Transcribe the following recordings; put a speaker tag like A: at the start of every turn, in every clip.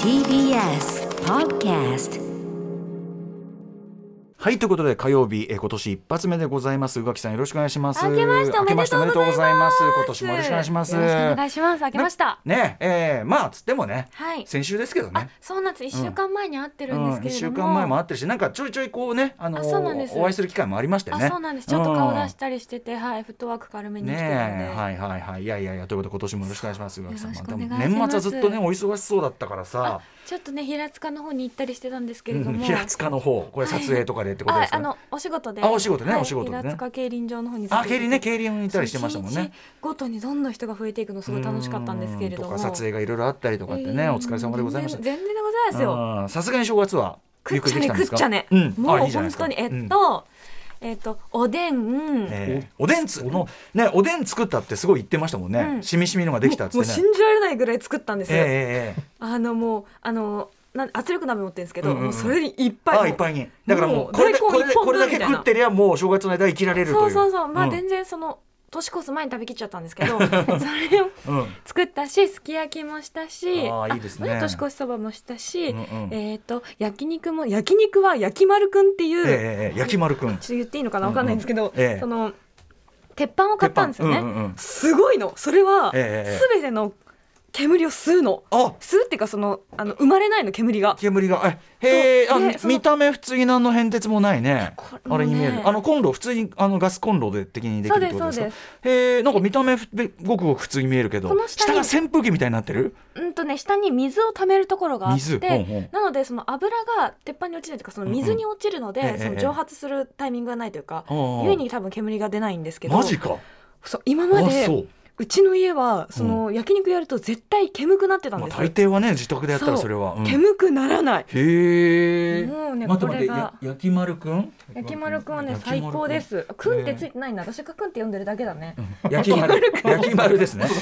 A: TBS Podcast
B: はい、ということで火曜日、えー今年一発目でございます。宇垣さんよろしくお願いします。
C: 明けましておめでとうございます
B: 明け今年もよろしくお願いします。
C: よろしくお願いします。開けました。
B: ねねえーまあつってもね、
C: はい。
B: 先週ですけど
C: あ
B: ね。、
C: そうなんです。一週間前に会ってるんです
B: 一
C: けれど
B: 週
C: も。
B: 間前もあってるし、なんかちょいちょいこうね、あのー
C: あそうなんです
B: お会いする機会もありましたよね。
C: あ、そうなんです。ちょっと顔出
B: し
C: したりしてて、はい、フットワーク軽めに来てたんで。
B: ねえはいはいはいいやいやいやということで今年もよろしくお願いします宇垣さん
C: よろしく
B: で
C: お願いし
B: も
C: ます
B: 年末はずっとねお忙しそうだったからさ
C: あ、ちょっとね、平塚の方に行ったりしてたんですけ
B: う
C: れど
B: ん
C: も。
B: 平塚の方これ撮影とかでってことで
C: あ
B: す、
C: あ
B: かね
C: の、お仕事で。
B: あお仕事ね
C: はい
B: お仕事でね
C: 平塚競輪場の方に。
B: あ競輪ね。競輪にいたりしてましたもん
C: そう
B: ね
C: 一日ごとにどんどん人が増えていくのすごい楽しかったんですけれども。
B: うんとか撮影がいろいろあったりとかってね、
C: えー
B: お疲れ様でございました。
C: 全然全然でございますよ。
B: うんさすがに正月は
C: く
B: ゆ
C: っ
B: っく
C: ち
B: り
C: ゃ
B: で
C: ね
B: きたん
C: く
B: で
C: っ
B: すか。
C: ちゃね、
B: うん
C: もう
B: あいい
C: い
B: じゃないで
C: 本
B: すか
C: 当にえ
B: うん
C: っと、えっとおでん、
B: えーおでんつのねおでん作ったってすごい言ってましたもんね。
C: うん
B: しみしみのができたっつ
C: も
B: っ
C: う
B: て
C: 信
B: ね。
C: じられないぐらい作ったんですよ、
B: えええええ
C: あのもうあのなん圧力鍋持ってるんですけど、
B: うんうんうん
C: もうそれにいっ
B: え
C: ぱい
B: あいっぱいに。だからも
C: も
B: う
C: う
B: これで
C: 大根
B: これで
C: 一本
B: こ
C: 分
B: れだけ
C: みたいな
B: 食ってりゃもう正月の間生きられるという。
C: そうそうそうまあ
B: ん
C: 全然その、年越す前に食べきっちゃったんです けどそれを
B: うん。
C: 作ったしすき焼きもしたし
B: あーいいですね
C: あ年越しそばもしたし、
B: うんうん
C: えっ、と焼肉も焼肉は焼き丸くんっていう、
B: ええええ焼き丸くん。
C: ちょっと言っていいのかなわかんないんですけ
B: うん
C: ど、
B: うんええ
C: その鉄板を買ったんですよね、
B: 鉄板うんうんうん
C: すごいのそれは
B: ええ
C: すべての煙を吸うの、
B: あ
C: 吸うっていうかそのあの生まれないの煙が
B: 煙がえへえ
C: そう
B: あ
C: でその
B: 見た目普通に何の変哲もないね
C: これも
B: あ
C: ね
B: れに見えるあのコンロ普通にあのガスコンロで的にできるってことです
C: そう
B: か
C: です
B: へえなんか見た目ふごくごく普通に見えるけど
C: この下
B: 下
C: に
B: が扇風機みたいになってる
C: うんとね下に水を溜めるところがあっ
B: 水
C: て
B: ほんほん
C: なのでその油が鉄板に落ちないというかその水に落ちるので、
B: うんうんええ
C: その蒸発するタイミングがないというか、
B: ああ
C: 故に多分煙が出ないんですけど
B: マジか
C: そう今ま
B: あ
C: で
B: そうう、
C: ちの家はその焼肉やると絶対煙くなってたん
B: まあ、
C: ですよ、
B: 大抵はね自宅でやったらそれは、うんへ
C: 煙くならない
B: え
C: もうね
B: 待って
C: こ
B: 待っ
C: れ
B: て
C: が
B: や焼き丸くん
C: 焼き丸くんはね
B: 焼き丸
C: 最
B: くん
C: 高ですくんってついてないんだ私がくんって呼んでるだけだね
B: 焼き丸焼き丸ですね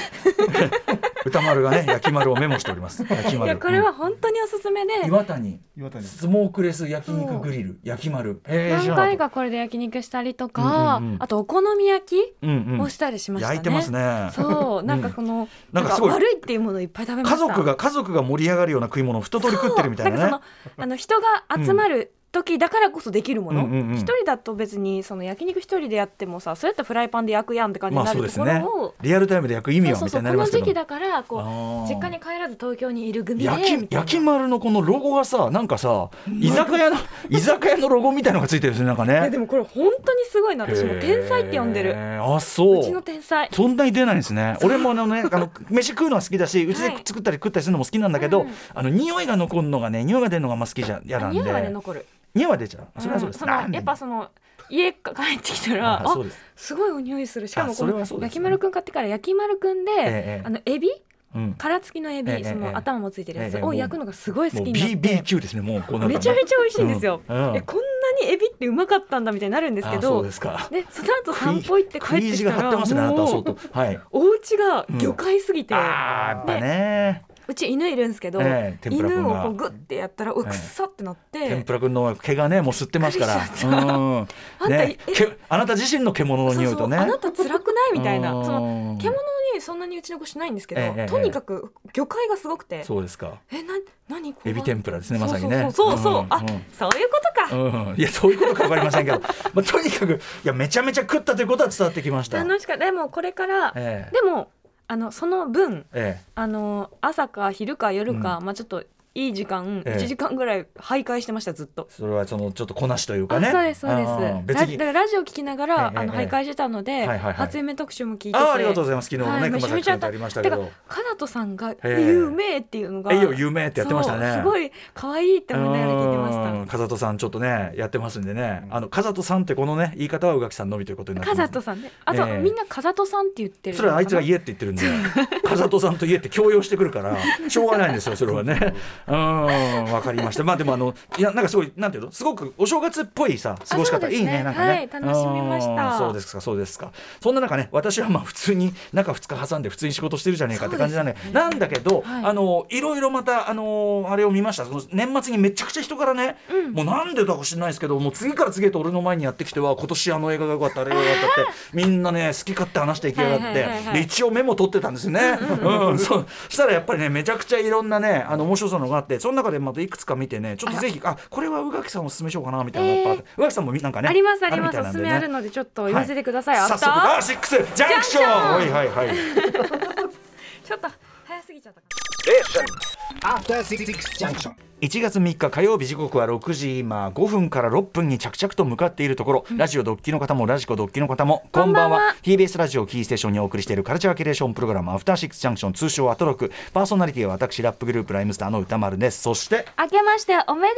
B: 歌丸がね焼き丸をメモしております焼き
C: い
B: 丸
C: やこれは本当におすすめで
B: うん 岩谷
D: 岩谷
B: スモークレス焼肉グリル焼き丸へー
C: 何回かこれで焼肉したりとか、
B: うんうんうん
C: あとお好み焼
B: うん
C: き
B: う
C: を
B: ん
C: したりしましたね。
B: 焼いてますね
C: そう、なんかこの、
B: なん
C: なん
B: か
C: か
B: すごい
C: 悪いっていうものをいっぱい食べまし
B: 家
C: た。
B: 族が家族が盛り上がるような食い物を一通り食ってるみたい
C: そう
B: なね
C: んかそのあの人が集まる時だからこそできるもの。
B: うんうんうん
C: 一人だと別にその焼肉一人でやってもさ、それだったらフライパンで焼くやんって感じ
B: ま
C: に
B: あ
C: な
B: そう
C: る
B: で
C: と
B: す
C: こ
B: ね
C: ろを。
B: リアルタイムで焼く意味
C: そう
B: は
C: そう
B: み
C: そ
B: たいうにな
C: こ
B: りま
C: の
B: すけ
C: 時
B: ど
C: 期だからこ
B: あ
C: う
B: ー
C: 実家に帰らず東京にいる組で
B: 焼
C: み
B: き
C: たいな
B: 焼き丸のこのロゴがさなんかさ居酒屋の居酒屋のロゴみたいのがついてるんですねなんか
C: いや
B: ね
C: でもこれ本当にすごいな私もう天才って呼んで
B: へ
C: る
B: ーあそう
C: うちの天才
B: そんなに出ないんですね俺もあのねあの飯食うのは好きだしうちで
C: はい
B: 作ったり食ったりするのも好きなんだけど、
C: うん
B: あの匂いが残るのがね匂いが出るのがあんま好きじゃ嫌なんで
C: 匂いはね残る
B: 匂いは出ちゃうそれはそうです、
C: ん
B: なん
C: の
B: で
C: やっぱその家か帰ってきたら
B: あ
C: あ
B: そうです
C: すごいお匂いするしか
B: あ
C: も
B: そ
C: こ
B: れ
C: の
B: はそうですね
C: 焼き丸くん買ってから焼き丸くんで、
B: ええ
C: あのエビ
B: うん
C: 殻付きのエビ、
B: ええ
C: そ
B: ええ
C: の頭もついてるやつ
B: ええ
C: を
B: ええ
C: 焼くのがすごい好
B: もう
C: きになって、
B: BBQ ですねもうこうなったらね
C: めちゃめちゃ美味しいんですよ、
B: うんうん
C: えこんなにエビってうまかったんだみたいになるんですけ
B: あそう
C: ど
B: ですか
C: でその後散歩行って帰
B: 食い
C: って
B: 意地
C: き
B: が
C: た
B: 張って
C: ら
B: ますねあなたは
C: も
B: 相
C: う
B: 当はい
C: お家が魚介すぎて、
B: あーやっぱね
C: うち犬いるんですけど、
B: ええ天ぷら粉
C: 犬
B: が
C: をこうグッてやったらおくっさってなって、
B: 天ぷらくんの毛がねもう吸ってますから
C: びっくりしちゃった
B: うん
C: あんた
B: ね
C: え
B: けあなた自身の獣の
C: そう
B: 匂
C: そ
B: いうとね
C: あなた辛くないみたいな
B: うん
C: その獣の匂いそんなにうちの子しないんですけど、
B: ええ
C: とにかく魚介がすごくて
B: そうですか
C: えな何これ
B: エビ天ぷらですねまさにね
C: そうそうそうそう、
B: ん
C: あ
B: ん
C: そういうことか、
B: うん、いやそういうことか分かりま せんけど、まあ、とにかくいやめちゃめちゃ食ったということは伝わってきました。
C: 楽しかったでもこれから、
B: ええ
C: でもあのその分
B: え
C: あの朝か昼か夜か、まあちょっといい時間、
B: ええ
C: 1時間ぐらい徘徊してましたずっと
B: え、。それはそのちょっとこなしというか
C: あ
B: ね
C: そうですそうです
B: ん別
C: ラだ
B: に
C: からラジオ聞きながら、
B: ええ
C: あの
B: ええ
C: 徘徊してたので、
B: いはいはい
C: 初夢特集も聞いてて
B: ああありがとうございます昨日もね、
C: は
B: 熊
C: いめちゃめ
B: 崎
C: ちゃ
B: 君とやりましたけど
C: かなとさんが「
B: ええ
C: 有名」っていうのが
B: えいよ有名ってやってましたね
C: そうすごい可愛いって思いながら聞いてま
B: うん
C: し
B: 風戸さんちょっとねやってますんでね、あの風戸さんってこのね言い方は宇垣さんのみということに
C: た
B: なってま
C: カ
B: す
C: ザトさんねあと、
B: ええ
C: みんなカザトさんって言ってる
B: それはあいつが
C: 言
B: 家って言ってるんで風戸さんと家って強要してくるからしょうがないんですよそれはねうーんわかりましたまあでもあのいやなんかすごいなんていうのすごくお正月っぽいさ過ごし
C: あそ
B: 方、
C: うです
B: い
C: ね
B: いねなんかね、
C: はい楽しみました
B: うんそうですかそうですかそんな中ね私はまあ普通に中2日挟んで普通に仕事してるじゃねえかって感じなんで
C: そうですね
B: なんだけど、
C: はい
B: あのいろいろまたあのあれを見ましたその年末にめちゃくちゃ人からね、
C: うん
B: もうなんでだか知らないですけどもう次から次へと俺の前にやってきては今年あの映画が良かったあれが良かったってみんなね好き勝手話していきやがって、
C: はいはいはいはい
B: で一応メモ取ってたんですよね。うん、そうしたらやっぱりねめちゃくちゃいろんなねあの面白そうなのがあってその中でまたいくつか見てねちょっとぜひあこれは宇垣さんおすすめしようかなみたいなのがやっぱあって宇垣さんもみなんかね
C: ありますあります
B: るみたい
C: お
B: なん
C: すす
B: で
C: め
B: ね
C: あるのでちょっと言わせてください、ア
B: 早
C: フタ
B: 速
C: ー
B: あシックスジャンクションはいはいはい
C: ちょっと早すぎちゃったか
D: After Six Junction.
B: 1月3日火曜日時刻は6時今5分から6分に着々と向かっているところ、ラジオドッキの方もラジコドッキの方もこ
C: こ
B: ん
C: ん
B: ば
C: ば
B: ん
C: ん
B: は
C: は
B: TBS ラジオキーステーションにお送りしているカルチャーキュレーションプログラム「アフターシックスジャンクション」通称アトロクパーソナリティは私ラップグループライムスターの歌丸ですそして
C: 明けましておめでとうござい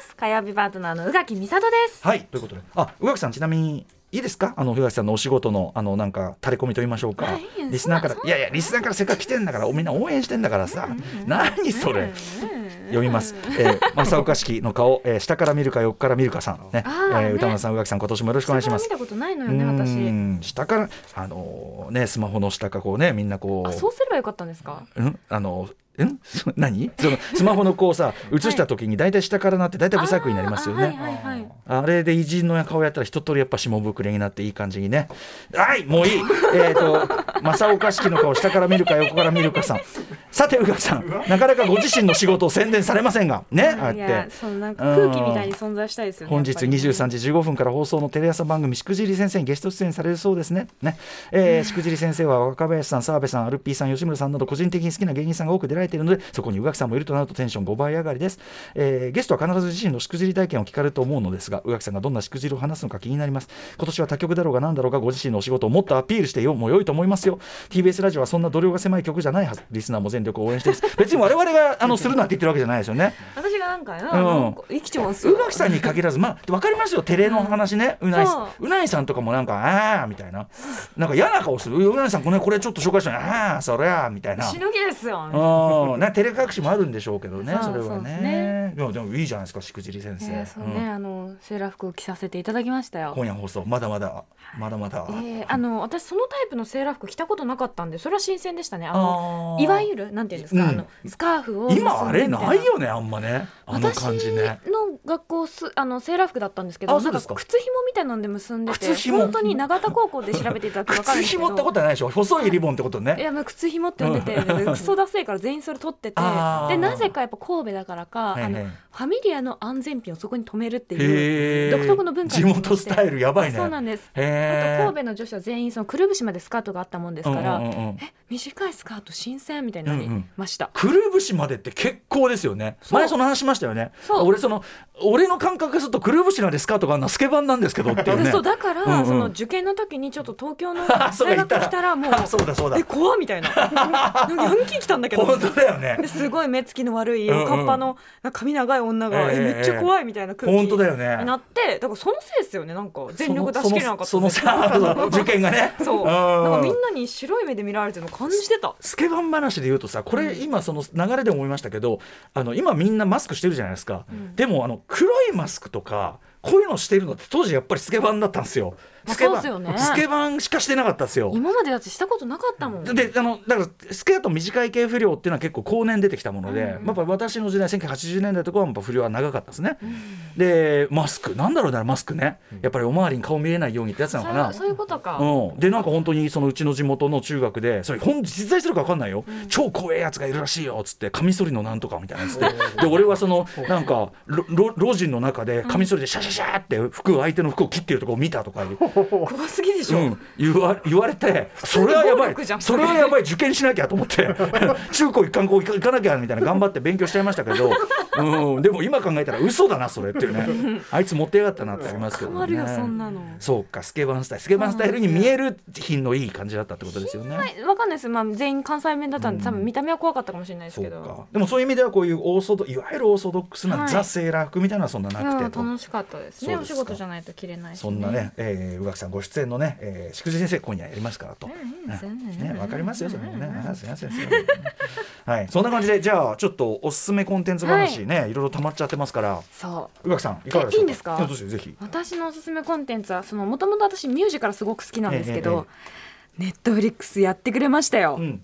C: ます火曜日パートナーの宇垣美里です
B: はいということであ宇垣さんちなみにいいですかあの宇垣さんのお仕事のあのなんか垂れ込みと言いましょうか
C: いいよ
B: リスナーからいやいやリスナーからせっかく来てんだからおみんな応援してんだからさ、何それ、読みます、えー、正岡式の顔、えー下から見るか横から見るかさんね
C: あー
B: えー
C: ね
B: 歌丸さん宇垣さん今年もよろしくお願いします
C: それは見たことないの
B: う
C: よね
B: ー
C: 私
B: ん下からあのーねスマホの下かこうねみんなこ
C: あ
B: う
C: そうすればよかったんですか
B: うんあのん 何そのスマホのこ うさ映した時に大体下からなって大体不細工になりますよね、
C: あーあはいはいはい
B: あれで偉人の顔やったら一通りやっぱ下膨れになっていい感じにね。はい、もうい い。えっ、と、正岡式の顔下から見るか横から見るかさん。さて、宇垣さん、なかなかご自身の仕事を宣伝されませんが、ね、ああやっ
C: いや
B: て。
C: そうなんか空気みたいに存在したいですよね
B: 本日23時15分から放送のテレ朝番組「しくじり先生」にゲスト出演されるそうですね。ねえーしくじり先生は若林さん澤部さんアルピーさん吉村さんなど個人的に好きな芸人さんが多く出られているのでそこに宇垣さんもいるとなるとテンション5倍上がりです、えーゲストは必ず自身のしくじり体験を聞かれると思うのですが宇垣さんがどんなしくじりを話すのか気になります今年は他局だろうが何だろうがご自身のお仕事をもっとアピールしてよもう良いと思いますよ TBS ラジオはそんな度量が狭い局じゃないはずリスナーも全力を応援しています別に我々があのするなんて言ってるわけじゃないですよね
C: 私がなんかな
B: うん
C: なんか生きてます
B: 宇
C: よ
B: 垣さんに限らず、まあ、わかりますよ、テレの話ね、うない
C: そう
B: うないさんとかもなんか、ああみたいな、なんか嫌な顔する、うないさん、これ、これちょっと紹介したのにああ、そりゃあみたいな。
C: しのぎですよ
B: うん、な照れ隠しもあるんでしょうけどね、
C: そ
B: そ
C: う
B: れは
C: そうで
B: ね
C: すね
B: いや、でもいいじゃないですか、しくじり先生。
C: えーそうね、
B: うん
C: あのセーラー服を着させていただきましたよ
B: 今夜放送、まだまだ、まだまだ。
C: えーあの私そのタイプのセーラー服着たことなかったんでそれは新鮮でしたねあの
B: あー
C: いわゆるなんていうんですか、
B: うん
C: あのスカーフを
B: 今、あれ
C: 結んでみた
B: ないよね、あんまね、あの感じね。
C: 私の学校すあのセーラー服だったんですけど
B: あそうです
C: なん
B: か
C: か靴紐みたいなので結んでて
B: 靴紐
C: 本当に永田高校で調べていただくと分かるん
B: 靴
C: ですけ
B: 紐
C: ど
B: ってことはないでしょ、細いリボンってことね
C: い。やもう靴紐って呼んでて、クソダセえから全員それ取ってて
B: あー
C: でなぜかやっぱ神戸だからか、
B: はいはい
C: あのファミリアの安全ピンをそこに止めるって
B: へ
C: い
B: ー
C: う独特の文化
B: 地元スタイルやばいね。
C: そうなんですあ
B: へ
C: と
B: ー
C: 神戸の女子は全員そのくるぶしまでスカートがあったもんですから、
B: うんうんうんうん
C: え短いスカート新鮮みたいになりました、
B: くるぶしまでって結構ですよね
C: そう
B: 前その話しましたよね
C: そう
B: 俺その俺の感覚がするとくるぶしまでスカートがあんなスケバンなんですけどっていうね
C: そうだから、
B: うんうん
C: その受験の時にちょっと東京の
B: あ そう
C: 大
B: だい
C: 学
B: たら
C: 来たらもう
B: あ そうだそうだ
C: え怖っみたいななんかヤンキー来たんだけど
B: 本当だよね
C: ですごい目つきの悪い
B: うんうん
C: おかっぱのなんか髪長い女が、
B: ええ
C: えめっちゃ怖いみたいな空気
B: 本当だよね
C: になってだからそのせいですよねなんか全力出しきれなかった
B: そのそのそのさ受験がね
C: そうなんか
B: ん
C: みんなに白い目で見られてるの感じてた
B: スケバン話で言うとさこれ今その流れで思いましたけど、あの今みんなマスクしてるじゃないですか、でもあの黒いマスクとかこういうのしてるのって当時やっぱりスケバンだったんですよ。
C: まあ
B: スケ
C: そう
B: バ
C: っすよね
B: ンスケバンしかしてなかったんですよ。
C: 今までだってしたことなかったもん
B: であのだからスケート短い系不良っていうのは結構後年出てきたもので、やっぱ私の時代1980年代とかはやっぱ不良は長かったですね、でマスクなんだろうなマスクねやっぱりおまわりに顔見えないようにってやつなのかな
C: そうそういうことか、
B: うん、でなんか本当にそのうちの地元の中学でそれ本実在するか分かんないよ、超怖えやつがいるらしいよっつってカミソリのなんとかみたいなやつでで俺はそのなんかろろ路人の中でカミソリでシャシャシャって服相手の服を切ってるとこを見たとかいう
C: 怖すぎでしょ、
B: うん、言わ言われてそれはやば
C: 暴力じゃ
B: い
C: ん
B: それはやばい受験しなきゃと思って 中高一貫校行か行かなきゃみたいな頑張って勉強しちゃいましたけ ど、うん、でも今考えたら嘘だなそれっていうねあいつ持ってやがったなってありますけど、ね、
C: 困るよそんなの
B: そうかスケバンスタイルスケバンスタイルに見える品のいい感じだったってことですよね。
C: はい、わかんないです、まあ、全員関西弁だったんで、多分見た目は怖かったかもしれないです
B: そ
C: け
B: う
C: ど
B: かでもそういう意味ではこういうオーソドいわゆるオーソドックスな
C: はい
B: ザ・セーラー服みたいなのはそんななくてと、
C: うん楽しかったそうですね
B: そう
C: お
B: です
C: 仕
B: か
C: 事じゃないと着れないし、ね、
B: そんなね、えー、宇垣さんご出演のね、えー、しくじり先生今夜やりますからと。
C: うんうんそうね
B: ね、わかりますよ、それもね。
C: うんうん
B: あーすいません、すいません。はい、そんな感じで、じゃあ、ちょっとおすすめコンテンツ話ね、いろいろ溜まっちゃってますから。
C: そう
B: 宇垣さん、いかがでしょうか。
C: えいいんですか
B: やどうぞぜひ。
C: 私のおすすめコンテンツはそのもともと私ミュージカルすごく好きなんですけど、ネットフリックスやってくれましたよ、
B: う
C: ネッ
B: ん、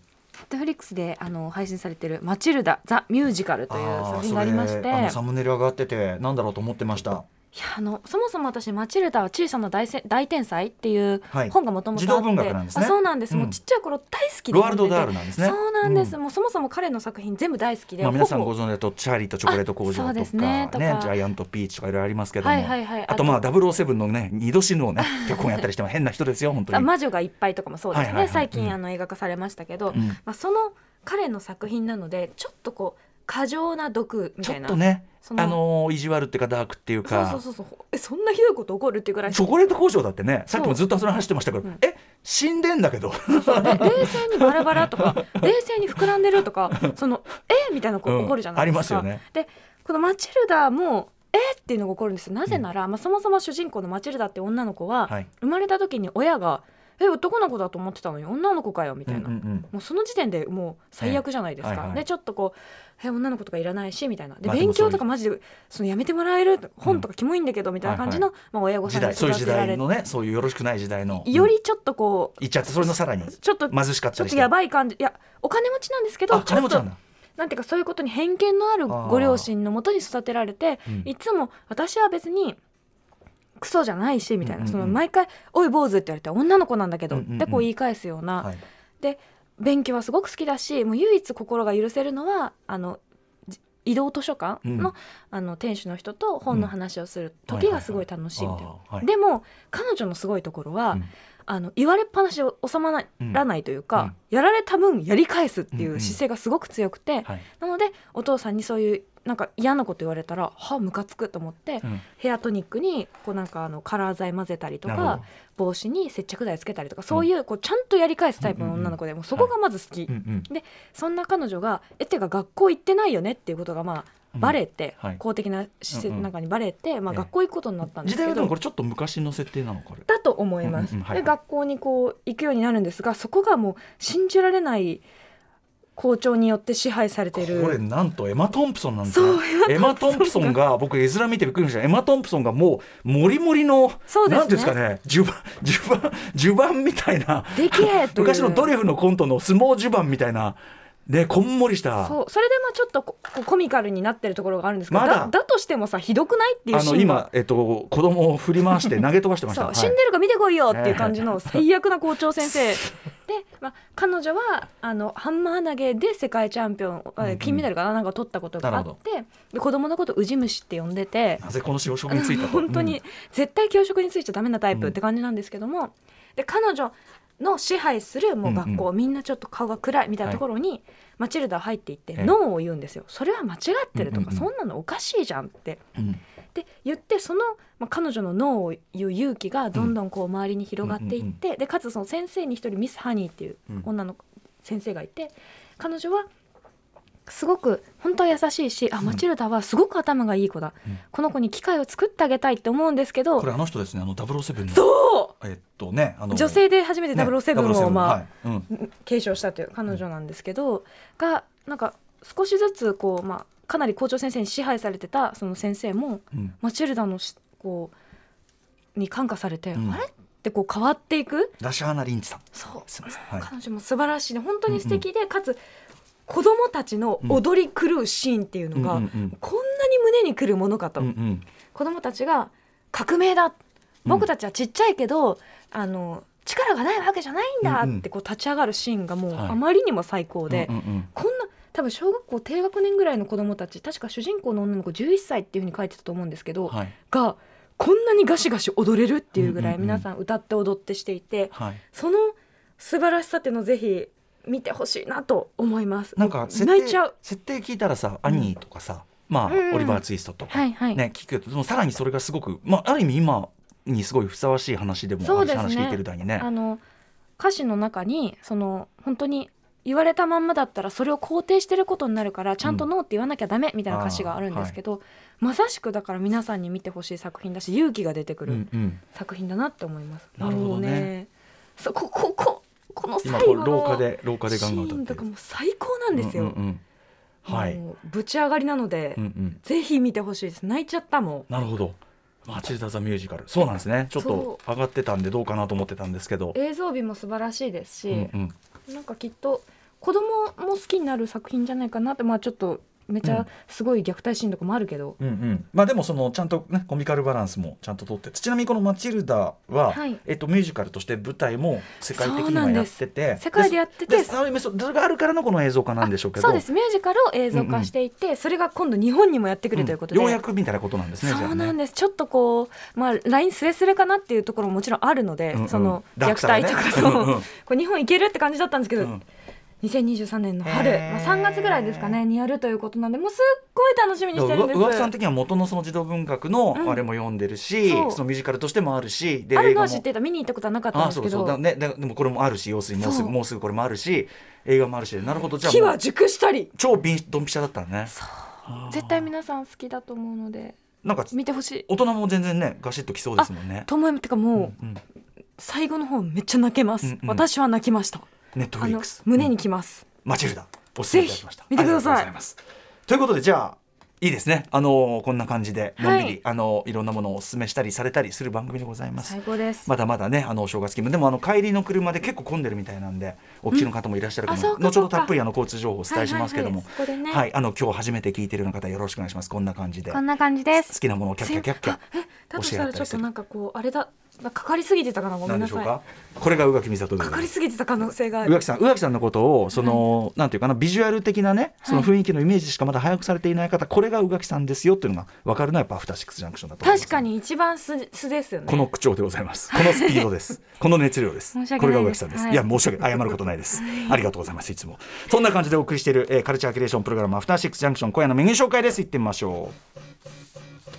C: トフリックスであの配信されてる「マチルダ・ザ・ミュージカル」という
B: ー
C: 作品がありまし
B: そ
C: て
B: れあのサムネイル上がってて、なんだろうと思ってました。
C: いやあのそもそも私「マチルダは小さな大せ大天才」っていう
B: はい
C: 本がもともとあ
B: 児
C: って、
B: 童文学なんですね
C: あそうなんです、
B: うん
C: もうちっちゃい頃大好きで
B: ロワルド
C: 読んでて
B: ダールなんですね
C: そうなんです、
B: う
C: もうそもそも彼の作品全部大好きで、
B: まあ、皆さん
C: ほ
B: ご
C: ぼ
B: 存知だと、チャーリーとチョコレート工場と
C: あ
B: か、
C: そう
B: ね、
C: です
B: ジ
C: ねとか
B: ャイアントピーチとかいろいろありますけども。
C: はいはいはい
B: あと、まあ、007のね、二度死ぬを ね、結婚やったりしても変な人ですよ、本当
C: あ
B: に。
C: 魔女がいっぱいとかもそうですね、
B: はいはいはい
C: 最近、
B: うん
C: あの映画化されましたけど、
B: うん
C: まあ、その彼の作品なのでちょっとこう過剰な毒み
B: ちょ
C: たい
B: っ
C: な
B: とね、
C: その
B: あのー意地悪っていうかダークっていう
C: そう
B: か
C: そうそうそうえそんなひどいこと起こるっていうぐらい
B: チョコレート工場だってねさっきもずっとそれ話してましたけど、
C: うん
B: え死んでんだけど
C: 冷静にバラバラとか 冷静に膨らんでるとかそのえみたいなこと
B: うん
C: 起こるじゃないですか。
B: ありますよね
C: でこのマチルダもえっていうのが起こるんですよなぜなら、まあ、そもそも主人公のマチルダって女の子は、
B: はい
C: 生まれた時に親が「え男の子だと思ってたのに女の子かよ」みた
B: う
C: い
B: ん
C: な、
B: うんうん
C: もうその時点でもう最悪じゃないですか、
B: ええはいはい
C: でちょっとこう「え女の子とかいらないし」みたいなで
B: まあでも
C: 勉
B: そういう
C: 強とかマジでそのやめてもらえる本とかキモいんだけどみたいな感じの、
B: は
C: まあ、親御さ
B: 時
C: んに
B: 代そういう
C: 育
B: 時
C: てら
B: 代
C: れて
B: のねそういうよろしくない時代の
C: よりちょっとこう
B: いっちゃってそれのさらに
C: ちょっと
B: 貧しかっ
C: ち
B: た
C: ょっ
B: り
C: と
B: して
C: やばい感じいやお金持ちなんですけど
B: あ金持ちなん
C: ちょっ
B: だ
C: となんていうかそういうことに偏見のあるご両親のもとに育てられて
B: うん
C: いつも私は別にクソじゃないしみたいな、
B: うんうんうん
C: その毎回「おい坊主」って言われて女の子なんだけど、
B: うんうんうん
C: ってこう言い返すような、
B: はい
C: で勉強はすごく好きだしもう唯一心が許せるのはあのじ移動図書館の,、
B: うん
C: あの店主の人と本の話をする時がすごい楽しいみたいな。
B: あーはい
C: でも彼女のすごいところは、
B: うん
C: あの言われっぱなしを収まらないというか、やられた分やり返すっていう姿勢がすごく強くて、
B: はい
C: なのでお父さんにそういうなんか嫌なこと言われたらはムカつくと思って、
B: うん
C: ヘアトニックにこうなんかあのカラー剤混ぜたりと
B: なる
C: か
B: ほど
C: 帽子に接着剤つけたりとかそういうこうちゃんとやり返すタイプの女の子で、もうそこがまず好き、
B: うんうん
C: そんな彼女が「えってか学校行ってないよね」っていうことがまあバレて、
B: はい
C: 公的な施設の中にバレて、まあ、
B: ええ
C: 学校行くことになったんです
B: 時
C: け
B: 代はで
C: ど、
B: もこれちょっと昔の設定なのこれ
C: だと思います。
B: うんうんうんはいはい
C: で学校にこう行くようになるんですがそこがもう信じられない校長によって支配されてい
B: これ
C: る
B: なんとエマ・トンプソンなんですね
C: そう
B: エマ・トンプソンが僕絵面見てびっくりしましたエマ・トンプソンがもうもりもりの
C: そうですね
B: なんていうんですかね序盤 序盤序盤みたいな
C: でけえという
B: 昔のドリフのコントの相撲序盤みたいなねこんもりした
C: そうそれでまあちょっとここうコミカルになってるところがあるんですけど、
B: まだ
C: だだとしてもさひどくないっていう
B: あ
C: シーン
B: の
C: が
B: 今、えっと、子供を振り回して投げ飛ばしてまし
C: そ
B: た
C: う、
B: はい
C: 死んでるか見てこいよっていう感じの最悪な校長 先生で、まあ、彼女はあのハンマー投げで世界チャンピオン、
B: うんうん
C: 金メダルかななんか取ったことがあ
B: な
C: っ
B: るほ
C: てで子供のことウジ虫って呼んでて
B: なぜこの仕事についたと
C: 本当に、絶対教職についちゃダメなタイプって感じなんですけども、で彼女の支配するもう学校、
B: うん
C: みんなちょっと顔が暗いみたいなところに、マチルダは入っていって
B: ええ
C: ノーを言うんですよそれは間違ってると
B: うん
C: か、
B: うんうん
C: そんなのおかしいじゃんって
B: うん
C: って言ってその、まあ、彼女の脳を言う勇気がどんどんこう周りに広がっていって、
B: うんうん
C: でかつその先生に一人ミス・ハニーっていう
B: うん
C: 女の子先生がいて彼女はすごく本当は優しいしあマチルダはすごく頭がいい子だ、
B: うん
C: この子に機会を作ってあげたいって思うんですけど
B: これあの人ですねあの007の
C: そ
B: えっとねあの
C: う女性で初めて
B: ね
C: 007をまあ、
B: はいうん
C: 継承したという彼女なんですけど、がなんか少しずつこう、まあ、かなり校長先生に支配されてたその先生も
B: うん
C: マチルダのしこうに感化されて、
B: うん
C: あれってこう変わっていく
B: ラシャーナ・リンチさん
C: そう
B: すいません、はい、
C: 彼女も素晴らしいね本当に素敵で、かつ子供たちの踊り狂うシーンっていうのが、
B: うんうんうん
C: こんなに胸にくるものかと、
B: うんうん
C: 子供たちが「革命だ僕たちはちっちゃいけど、あの力がないわけじゃないんだ」
B: うんうん
C: ってこう立ち上がるシーンがもう
B: はい
C: あまりにも最高で、
B: うんうんうん
C: こんな多分小学校低学年ぐらいの子供たち確か主人公の女の子11歳っていうふうに書いてたと思うんですけど、
B: はい
C: がこんなにガシガシ踊れるっていうぐら
B: うん
C: い
B: うんうん
C: 皆さん歌って踊ってしていて、
B: はい
C: その素晴らしさっていうのをぜひ見てほしいなと思います。
B: なんか設定
C: 泣いちゃう。
B: 設定聞いたらさアニーとかさ、まあ、
C: うんうん
B: オリバー・ツイストとか、
C: はいはい
B: ね聞くけどでもさらにそれがすごく、まあ、ある意味今にすごいふさわしい話でもあ
C: そう
B: るし、
C: ですね
B: 話聞いてるだにね
C: あの歌詞の中にその本当に言われたまんまだったらそれを肯定してることになるからちゃんとノーって言わなきゃダメみたいな歌詞があるんですけど、まさしくだから皆さんに見てほしい作品だし勇気が出てく
B: う
C: る
B: んうん、
C: 作品だなって思います。
B: なるほどね
C: もうそうここここの
B: 今
C: 最後
B: こう
C: の
B: 廊下で廊下でガンガン
C: シ
B: 歌
C: ーン
B: って
C: とか
B: る
C: も最高なんですよ。
B: うんうんうんはい、うん
C: もうぶち上がりなので、
B: うん、
C: ぜひ見てほしいです。泣いちゃったもん。
B: なるほど「マチルダ・ザ・ミュージカル」そうなんですねちょっと上がってたんでどうかなと思ってたんですけど、
C: 映像美も素晴らしいですし、
B: うんうん、
C: なんかきっと子供も好きになる作品じゃないかなってまあちょっとめち
B: うん
C: ゃすごい虐待シーンとかもあるけど、
B: うんうん、まあでもそのちゃんとねコミカルバランスもちゃんと取っててちなみにこの「マチルダは」
C: はい
B: えっと、ミュージカルとして舞台も世界的
C: そう
B: に
C: な
B: は
C: ん
B: や
C: で
B: っ
C: す
B: てて
C: 世界でやってて
B: でそれそれがあるからのこの映像化なんでしょうけど
C: そうですミュージカルを映像化していて、それが今度日本にもやってくるということで、
B: うんようやくみたいなことなんですね
C: そう
B: じゃあ
C: なん
B: ね
C: です、ちょっとこう、まあ、ラインすれすれかなっていうところももちろんあるので、
B: うんうん
C: その
B: ダー
C: 虐
B: クさがね
C: 待とかそう、
B: うんうん
C: これ日本行けるって感じだったんですけど、
B: うん
C: 2023年の春、
B: へー
C: まあ、3月ぐらいですかねにやるということなんでもうすっごい楽しみにして
B: だ
C: る
B: か
C: んで
B: ら
C: す
B: うわうわさん的には元のその児童文学のあれも読んでるし、
C: そう
B: そのミュージカルとしてもあるしで
C: ある
B: 映
C: の
B: 画
C: は知っ
B: も
C: てた見に行ったことはなかったん
B: あ
C: です
B: そ
C: け
B: うそ
C: ど
B: うだ、ね、ででもこれもあるし要するにもうすぐ
C: そう
B: もうすぐこれもあるし映画もあるしでなるほどじゃあ
C: 木
B: もう
C: は熟したり
B: 超びんドンピシャだったらねあー
C: 絶対皆さん好きだと思うので
B: なんか
C: 見てほしい
B: 大人も全然ねガシッときそうですもんね。
C: と思いてかもう、
B: うん
C: 最後の方めっちゃ泣けます、
B: うんうん
C: 私は泣きました
B: ネット
C: あ
B: フリッ
C: の
B: クス
C: 胸にきます、
B: マチルダおすすめいたしました
C: ぜひ見てください
B: ありがとうございますということでじゃあいいですねあのーこんな感じでのんびり、
C: はい
B: い、あのーいろんなものをおすすめしたりされたりする番組でございます
C: 最高です、
B: まだまだねあのお正月気分でもあの帰りの車で結構混んでるみたいなんでお聞きの方もいらっしゃるか
C: うんあ
B: も、
C: そうか
B: 後ほ
C: そ
B: ど
C: うか
B: たっぷりあの交通情報をお伝えしますけども、
C: はいはいはいそこでね
B: はいあの今日初めて聞いてるような方よろしくお願いしますこんな感じで
C: こんな感じで
B: 好
C: す
B: きなものをキャッキャキャッキャ
C: あえだとした
B: 教え合っ
C: ら
B: た
C: ちょ
B: り
C: っ
B: す
C: と
B: る
C: なんかこうあれだなんかかかりすぎてたかなごめ
B: なんんで
C: な
B: しょ
C: さ
B: う
C: い
B: か
C: か
B: これが宇垣美里でございま
C: か
B: す
C: りすぎてた可能性があ
B: 宇
C: る
B: 垣さん宇垣さんのことをその、なんていうかなビジュアル的なねその雰囲気のイメージしかまだ早くされていない方、これが宇垣さんですよっていうのが分かるのはやっぱアフターシックスジャンクションだと思います
C: 確かに一番素素ですよね
B: この口調でござい ますこのスピードですこの熱量です
C: 申し訳
B: これが
C: な
B: 宇
C: いです
B: 垣さんです、、
C: はいい
B: や申し訳謝ることないですありがとうございますいつもそんな感じでお送りしている、えーカルチャーキュレーションプログラムアフターシックスジャンクション今夜のメニュー紹介です行ってみましょう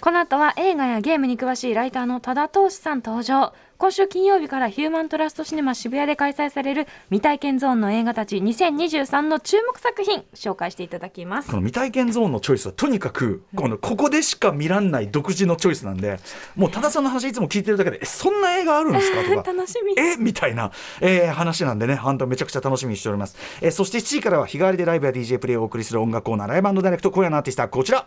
C: この後は映画やゲームに詳しいライターの多田投資さん登場今週金曜日からヒューマントラストシネマ渋谷で開催される未体験ゾーンの映画たち2023の注目作品紹介していただきます
B: この未体験ゾーンのチョイスはとにかくこのここでしか見らんない独自のチョイスなんでもう多田さんの話いつも聞いてるだけでえそんな映画あるんですかとか
C: 楽しみ
B: えみたいな、えー話なんでね、本当めちゃくちゃ楽しみにしております。えーそして7時からは日替わりでライブや DJ プレイをお送りする音楽コーナー、ライブダイレクト、今夜のアーティストはこちら。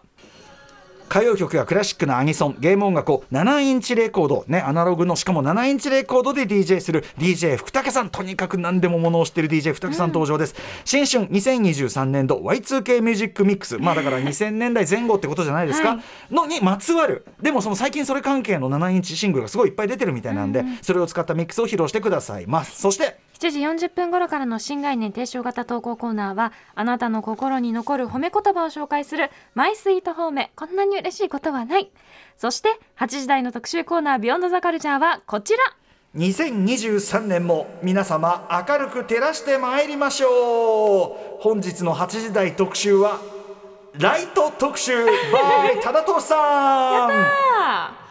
B: 歌謡曲やクラシックなアニソン、ゲーム音楽を7インチレコード、ね、アナログのしかも7インチレコードで DJ する DJ 福武さん、とにかく何でもものを知ってる DJ 福武さん登場です。新春2023年度 Y2K ミュージックミックス、まあだから2000年代前後ってことじゃないですか、のにまつわる、でもその最近それ関係の7インチシングルがすごいいっぱい出てるみたいなんで、それを使ったミックスを披露してくださいます。そして、
C: 7時40分頃からの新概念提唱型投稿コーナーはあなたの心に残る褒め言葉を紹介する「マイスイート褒めこんなに嬉しいことはない」そして8時台の特集コーナー「ビヨンドザカルチャーはこちら
B: 2023年も皆様明るく照らしてまいりましょう本日の8時台特集はライト特集 by 多田投資さん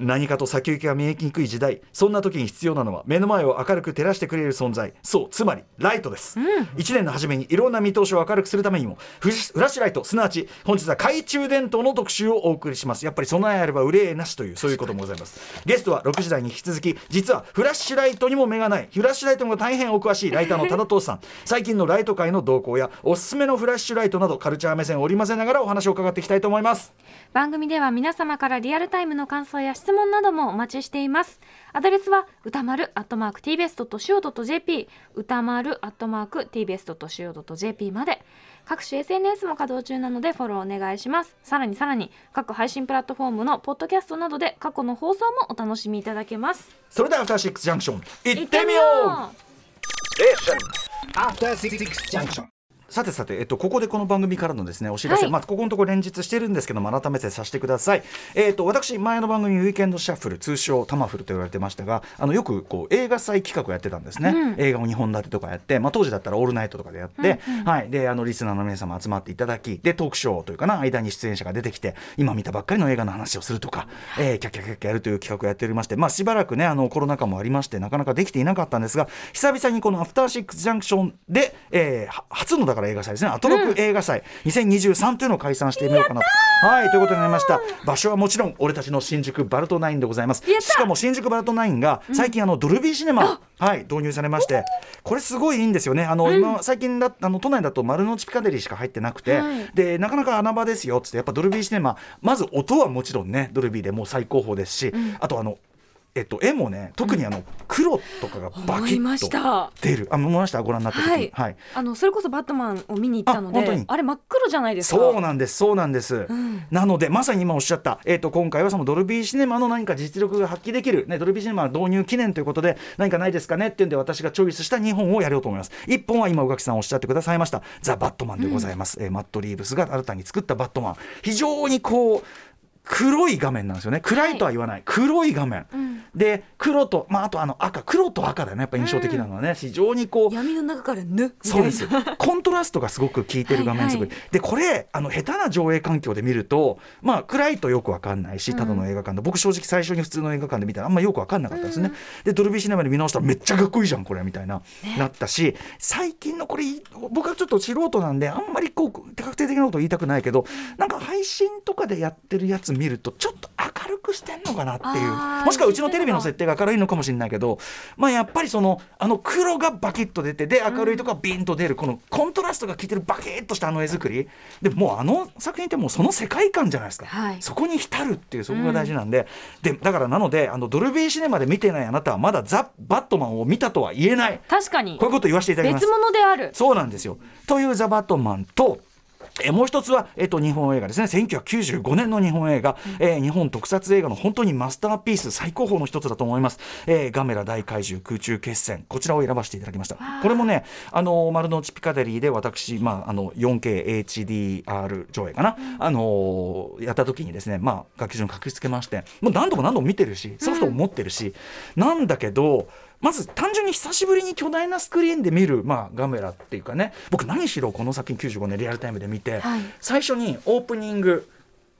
B: 何かと先行きが見えにくい時代そんな時に必要なのは目の前を明るく照らしてくれる存在そうつまりライトです、一1年の初めにいろんな見通しを明るくするためにもフジフラッシュライトすなわち本日は懐中電灯の特集をお送りしますやっぱり備えあれば憂いなしというそういうこともございますゲストは6時台に引き続き実はフラッシュライトにも目がないフラッシュライトにも大変お詳しいライターの多田投さん最近のライト界の動向やおすすめのフラッシュライトなどカルチャー目線を織り交ぜながらお話を伺っていきたいと思います
C: 番組では皆様からリアルタイムの感想や質問などもお待ちしていますアドレスは歌丸 @tbs.co.jp 歌丸 @tbs.co.jp まで各種 SNS も稼働中なのでフォローお願いしますさらにさらに各配信プラットフォームのポッドキャストなどで過去の放送もお楽しみいただけます
B: それではアフターシックスジャンクション行ってみよう
D: After Six Junction.
B: さてさて、えっと、ここでこの番組からのですねお知らせ、
C: はい
B: まあ、ここのところ連日してるんですけども改めてさせてください、えっと、私前の番組「ウィーケンドシャッフル」通称「タマフル」と言われてましたがあのよくこう映画祭企画をやってたんですね、
C: うん
B: 映画を2本立てとかやって、まあ、当時だったら「オールナイト」とかでやって、はい、であのリスナーの皆様集まっていただきでトークショーというかな間に出演者が出てきて今見たばっかりの映画の話をするとか、えー、キャッキャッキャッキャやるという企画をやっておりまして、まあ、しばらくねあのコロナ禍もありましてなかなかできていなかったんですが久々にこの「アフターシックスジャンクションで」えーは初のだから映画祭ですねアトロック映画祭2023というのを開催してみようかなと。はいということになりました場所はもちろん俺たちの新宿バルトナインでございます
C: やった
B: しかも新宿バルトナインが最近あのドルビーシネマ、はい、導入されましてこれすごいいいんですよねあの、今最近だあの都内だと丸の内ピカデリーしか入ってなくて、
C: はい
B: でなかなか穴場ですよっつってやっぱドルビーシネマまず音はもちろんねドルビーでもう最高峰ですし、あとあのえっと、絵もね特にあの黒とかがバ
C: 思
B: キ
C: いまし
B: ッと
C: た
B: 出るあ思いましたご覧になった時に、
C: はい、
B: はい、
C: あのそれこそバットマンを見に行ったの
B: あ本当に
C: であれ真っ黒じゃないですか
B: そうなんですそうなんです、なのでまさに今おっしゃった、えー、と今回はそのドルビーシネマの何か実力が発揮できる、ね、ドルビーシネマ導入記念ということで何かないですかねっていうんで私がチョイスした2本をやろうと思います1本は今宇垣さんおっしゃってくださいました「ザ・バットマン」でございます、えーマット・リーブスが新たに作ったバットマン非常にこう黒い画面なんですよね暗いとは言わない、黒い画面、で黒と、まあ、あとあの赤黒と赤だよねやっぱ印象的なのはね、非常にこう
C: 闇の中からぬみたいな
B: そうです。コントラストがすごく効いてる画面作り。
C: はい
B: で、これ、あの下手な上映環境で見ると、まあ暗いとよくわかんないし、ただの映画館で、僕正直最初に普通の映画館で見たらあんまよくわかんなかったんですね。で、ドルビーシネマで見直したらめっちゃかっこいいじゃんこれみたいな、なったし、最近のこれ僕はちょっと素人なんであんまりこう確定的なこと言いたくないけど、なんか配信とかでやってるやつ見るとちょっと明るくしてんのかなって
C: あ
B: いう。
C: ー
B: もしくはうちのテレビの設定が明るいのかもしれないけど、まあやっぱりそのあの黒がバキッと出てで明るいとかビンと出るこのコントラストが効いてるバキッとしたあの絵作りでもうあの作品ってもうその世界観じゃないですか、
C: はい
B: そこに浸るっていうそこが大事なんで,、でだからなのであのドルビーシネマで見てないあなたはまだザ・バットマンを見たとは言えない
C: 確かに
B: こういうこと言わせていただきます
C: 別物である
B: そうなんですよ。というザ・バットマンと、えーもう一つは、えっと、日本映画ですね1995年の日本映画、えー日本特撮映画の本当にマスターピース最高峰の一つだと思います、えーガメラ大怪獣空中決戦こちらを選ばせていただきましたこれもねあのー丸の内ピカデリーで私、まあ、あの 4KHDR 上映かな、あのーやった時にですね、まあ、楽器順書きつけましてもう何度も何度も見てるしソフトも持ってるし、なんだけどまず単純に久しぶりに巨大なスクリーンで見る、まあ、ガメラっていうかね僕何しろこの作品95年リアルタイムで見て、
C: はい
B: 最初にオープニング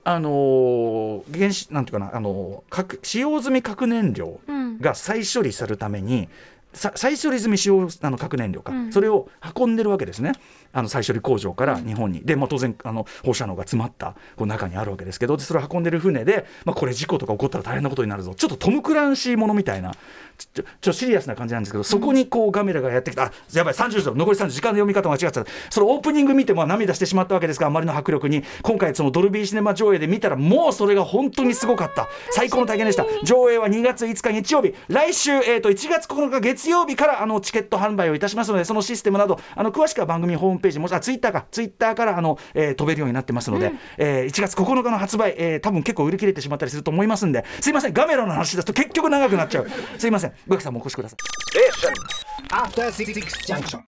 B: あのー原子なんていうかな、あのー核使用済み核燃料
C: うん
B: が再処理するために、さ再処理済み使用あの核燃料か、
C: ん
B: それを運んでるわけですねあの再処理工場から日本に、で、まあ、当然あの放射能が詰まったこう中にあるわけですけどでそれを運んでる船で、まあ、これ事故とか起こったら大変なことになるぞちょっとトム・クランシーものみたいなちょちょちょシリアスな感じなんですけどそこにこうガメラがやってきた、あやばい30秒残り30時間の読み方間違ってたそれオープニング見てまあ涙してしまったわけですがあまりの迫力に今回そのドルビーシネマ上映で見たらもうそれが本当にすごかった最高の体験でした上映は2月5日日曜日来週、えー、と1月9日月曜日からあのチケット販売をいたしますのでそのシステムなどあの詳しくは番組ホームページもしくはツイッターかツイッターからあの、えー飛べるようになってますので、えー1月9日の発売、えー多分結構売り切れてしまったりすると思いますんですいませんガメラの話ですと結局長くなっちゃうすいません宇垣さんもお越しください
D: After Six Junction.